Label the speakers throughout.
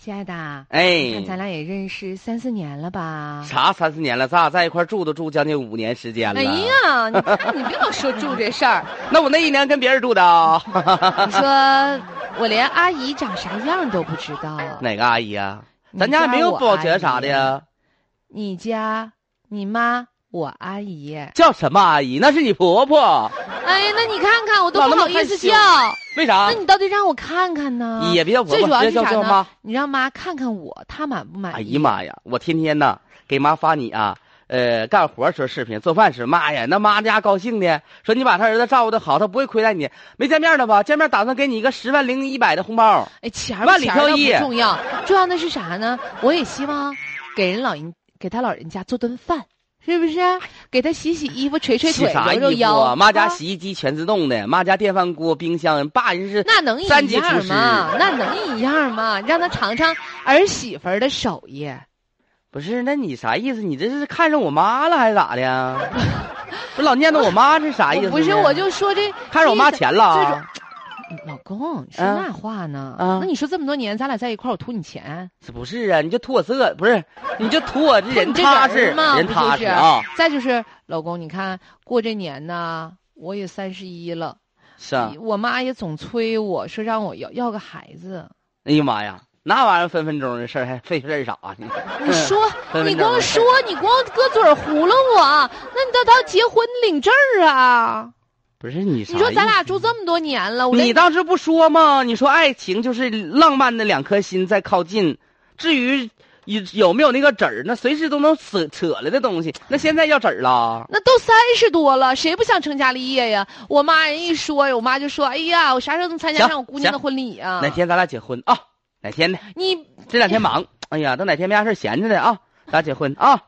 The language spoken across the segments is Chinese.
Speaker 1: 亲爱的，你
Speaker 2: 哎
Speaker 1: 看，咱俩也认识三四年了吧？
Speaker 2: 啥三四年了，咱俩在一块儿住都住将近五年时间了。
Speaker 1: 哎呀，你你别老说住这事 儿，
Speaker 2: 那我那一年跟别人住的 啊、
Speaker 1: 你说我连阿姨长啥样都不知道。
Speaker 2: 哪个阿姨啊？
Speaker 1: 你
Speaker 2: 咱家没有
Speaker 1: 我
Speaker 2: 不保
Speaker 1: 阿
Speaker 2: 全啥
Speaker 1: 姨
Speaker 2: 的呀？
Speaker 1: 你家、你妈、我阿姨。
Speaker 2: 叫什么阿姨？那是你婆婆，
Speaker 1: 哎，那你看看，我都
Speaker 2: 老
Speaker 1: 不
Speaker 2: 那么
Speaker 1: 好意思
Speaker 2: 害羞
Speaker 1: 叫。
Speaker 2: 为啥
Speaker 1: 那？你到底让我看看呢？
Speaker 2: 也别叫婆
Speaker 1: 啊最主
Speaker 2: 婆，
Speaker 1: 要
Speaker 2: 别
Speaker 1: 是
Speaker 2: 叫
Speaker 1: 啥
Speaker 2: 叫
Speaker 1: 呢
Speaker 2: 妈。？
Speaker 1: 你让妈看看我，她满不满意？
Speaker 2: 哎呀妈呀，我天天呐给妈发你啊，呃，干活时候视频，做饭时，妈呀，那妈家高兴的，说你把他儿子照顾的好，他不会亏待你。没见面了吧？见面打算给你一个十万零一百的红包。
Speaker 1: 哎，钱儿不
Speaker 2: 万里
Speaker 1: 钱
Speaker 2: 挑
Speaker 1: 儿的
Speaker 2: 一
Speaker 1: 不重要，重要的是啥呢？我也希望给人老人给他老人家做顿饭，是不是？啊给他洗洗衣服、捶捶
Speaker 2: 洗
Speaker 1: 腿、揉
Speaker 2: 啥
Speaker 1: 揉
Speaker 2: 衣服
Speaker 1: 腰。
Speaker 2: 啊？妈家
Speaker 1: 啊
Speaker 2: 洗衣机全自动的，妈家电饭锅、冰箱，人爸人是
Speaker 1: 那能一
Speaker 2: 三级厨
Speaker 1: 样
Speaker 2: 师
Speaker 1: 吗？那能一样吗？让他尝尝儿媳妇儿的手艺。
Speaker 2: 不是？那你啥意思？你这是看上我妈了还是咋的呀？不是老念叨我妈是啥意思 呢？
Speaker 1: 不是，我就说这
Speaker 2: 看上我妈
Speaker 1: 这
Speaker 2: 钱了
Speaker 1: 这种
Speaker 2: 啊。
Speaker 1: 老公，你说
Speaker 2: 啊
Speaker 1: 那话呢？
Speaker 2: 啊
Speaker 1: 那你说这么多年，咱俩在一块儿，我图你钱，
Speaker 2: 这不是啊？你就图我这不是？你就图我这
Speaker 1: 图
Speaker 2: 人
Speaker 1: 你这
Speaker 2: 踏
Speaker 1: 人
Speaker 2: 实，
Speaker 1: 儿嘛
Speaker 2: 人
Speaker 1: 不
Speaker 2: 踏
Speaker 1: 就
Speaker 2: 实
Speaker 1: 是
Speaker 2: 啊！
Speaker 1: 再就是老公，你看过这年呢，我也三十一了，
Speaker 2: 是啊，
Speaker 1: 我妈也总催我说让我要要个孩子。
Speaker 2: 哎呀妈呀，那玩意儿分分钟的事儿，还费事儿啊啥呢？
Speaker 1: 你说，
Speaker 2: 分
Speaker 1: 你
Speaker 2: 分
Speaker 1: 光
Speaker 2: 钟
Speaker 1: 说，你光搁嘴儿糊弄我，那你到他结婚领证儿啊？
Speaker 2: 不是你啥？
Speaker 1: 你说咱俩住。这么多年了，我连
Speaker 2: 你当时不说吗？你说爱情就是浪漫的两颗心在靠近，至于有有没有那个籽儿，那随时都能扯扯来的东西。那现在要籽儿了，
Speaker 1: 那都三十多了，谁不想成家立业呀？我妈人一说呀，我妈就说：“哎呀，我啥时候能参加
Speaker 2: 行
Speaker 1: 上我姑娘的婚礼呀、
Speaker 2: 哪天咱俩结婚啊？哪天呢？
Speaker 1: 你
Speaker 2: 这两天忙，哎呀，等哪天没啥事儿闲着呢啊，咱俩结婚啊！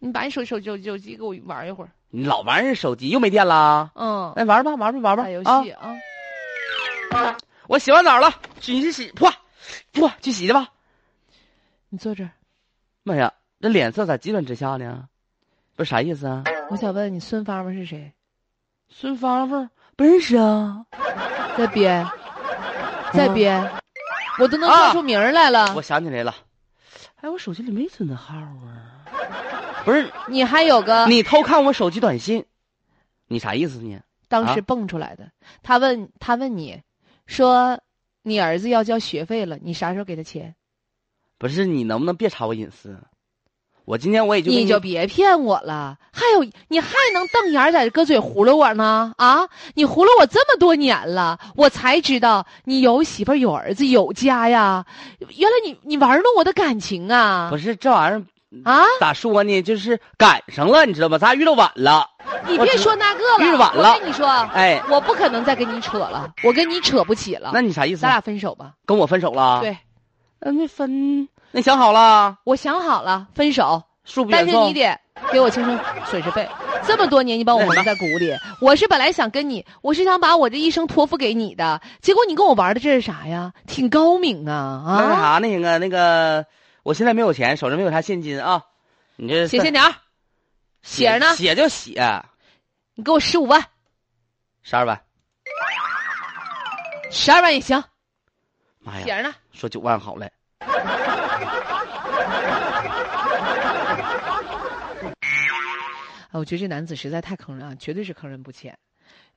Speaker 1: 你把你手手手手机给我玩一会儿，
Speaker 2: 你老玩人手机又没电了，
Speaker 1: 嗯，
Speaker 2: 哎，玩吧玩吧玩吧
Speaker 1: 打游
Speaker 2: 啊！
Speaker 1: 戏啊。
Speaker 2: 我洗完澡了，去你去洗，噗噗去洗去吧。
Speaker 1: 你坐这儿，
Speaker 2: 妈呀，这脸色咋急转直下呢？不是啥意思啊？
Speaker 1: 我想问你，孙芳芳是谁？
Speaker 2: 孙芳芳不认识啊。
Speaker 1: 再编，
Speaker 2: 嗯
Speaker 1: 再编，我都能叫
Speaker 2: 啊
Speaker 1: 出名儿来了。
Speaker 2: 我想起来了，哎，我手机里没存的号啊。 不是
Speaker 1: 你还有个
Speaker 2: 你偷看我手机短信，你啥意思呢？
Speaker 1: 当
Speaker 2: 啊
Speaker 1: 时蹦出来的，他问他问你，说你儿子要交学费了，你啥时候给他钱？
Speaker 2: 不是你能不能别查我隐私？我今天我也就跟
Speaker 1: 你就别骗我了，还有你还能瞪眼儿在这搁嘴葫芦我呢啊！你葫芦我这么多年了，我才知道你有媳妇儿有儿子有家呀，原来你你玩弄我的感情啊
Speaker 2: 不是这玩意儿
Speaker 1: 啊！
Speaker 2: 咋说呢？就是赶上了，你知道吧？咱遇到晚了。
Speaker 1: 你
Speaker 2: 我
Speaker 1: 别
Speaker 2: 知
Speaker 1: 说那个了，
Speaker 2: 遇晚了
Speaker 1: 我跟你说，
Speaker 2: 哎，
Speaker 1: 我不可能再跟你扯了，我跟你扯不起了，
Speaker 2: 那你啊啥意思
Speaker 1: 啊咱？俩分手吧。
Speaker 2: 跟我分手了？，
Speaker 1: 对，嗯
Speaker 2: 那那分，那想好了，
Speaker 1: 我想好了，分手。
Speaker 2: 恕不
Speaker 1: 但是
Speaker 2: 远送
Speaker 1: 你。得给我青春损失费。这么多年你把我蒙在鼓里，我是本来想跟你，我是想把我这一生托付给你的，结果你跟我玩的这是啥呀？挺高明啊
Speaker 2: 那那
Speaker 1: 啊！
Speaker 2: 啥，那个那个，我现在没有钱，手上没有啥现金啊。你这
Speaker 1: 写信条，写着呢，
Speaker 2: 写就写
Speaker 1: 你给我十五万，
Speaker 2: 十二万。
Speaker 1: 十二万也行，
Speaker 2: 妈呀
Speaker 1: 写！着呢。
Speaker 2: 说九万好嘞。
Speaker 1: 啊，我觉得这男子实在太坑人啊，绝对是坑人不浅。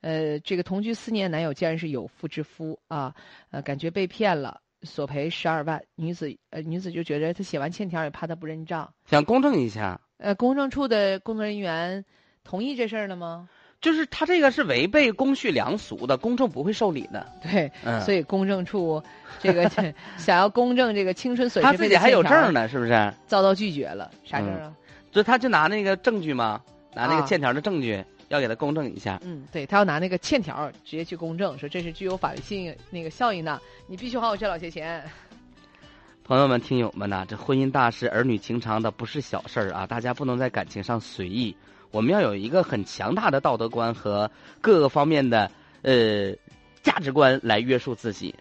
Speaker 1: 呃，这个同居四年男友竟然是有妇之夫啊，呃，感觉被骗了，索赔十二万。女子呃，女子就觉得他写完欠条也怕他不认账。
Speaker 2: 想公证一下，
Speaker 1: 呃，公证处的工作人员同意这事儿了吗？
Speaker 2: 就是他这个是违背公序良俗的，公证不会受理的。
Speaker 1: 对，
Speaker 2: 嗯，
Speaker 1: 所
Speaker 2: 以
Speaker 1: 以公证处这 个想要公证这个青春损
Speaker 2: 他
Speaker 1: 失费
Speaker 2: 自
Speaker 1: 的
Speaker 2: 己还有
Speaker 1: 欠条
Speaker 2: 证，呢，是不是？
Speaker 1: 遭到拒绝了，啥证啊？
Speaker 2: 就他就拿那个证据嘛，拿那
Speaker 1: 啊
Speaker 2: 个欠条的证据，要给他公证一下。
Speaker 1: 嗯，对他要拿那个欠条直接去公证，说这是具有法律性那个效应的，你必须还我这老些钱。
Speaker 2: 朋友们、听友们呐、这婚姻大事、儿女情长的不是小事儿啊！大家不能在感情上随意，我们要有一个很强大的道德观和各个方面的呃价值观来约束自己。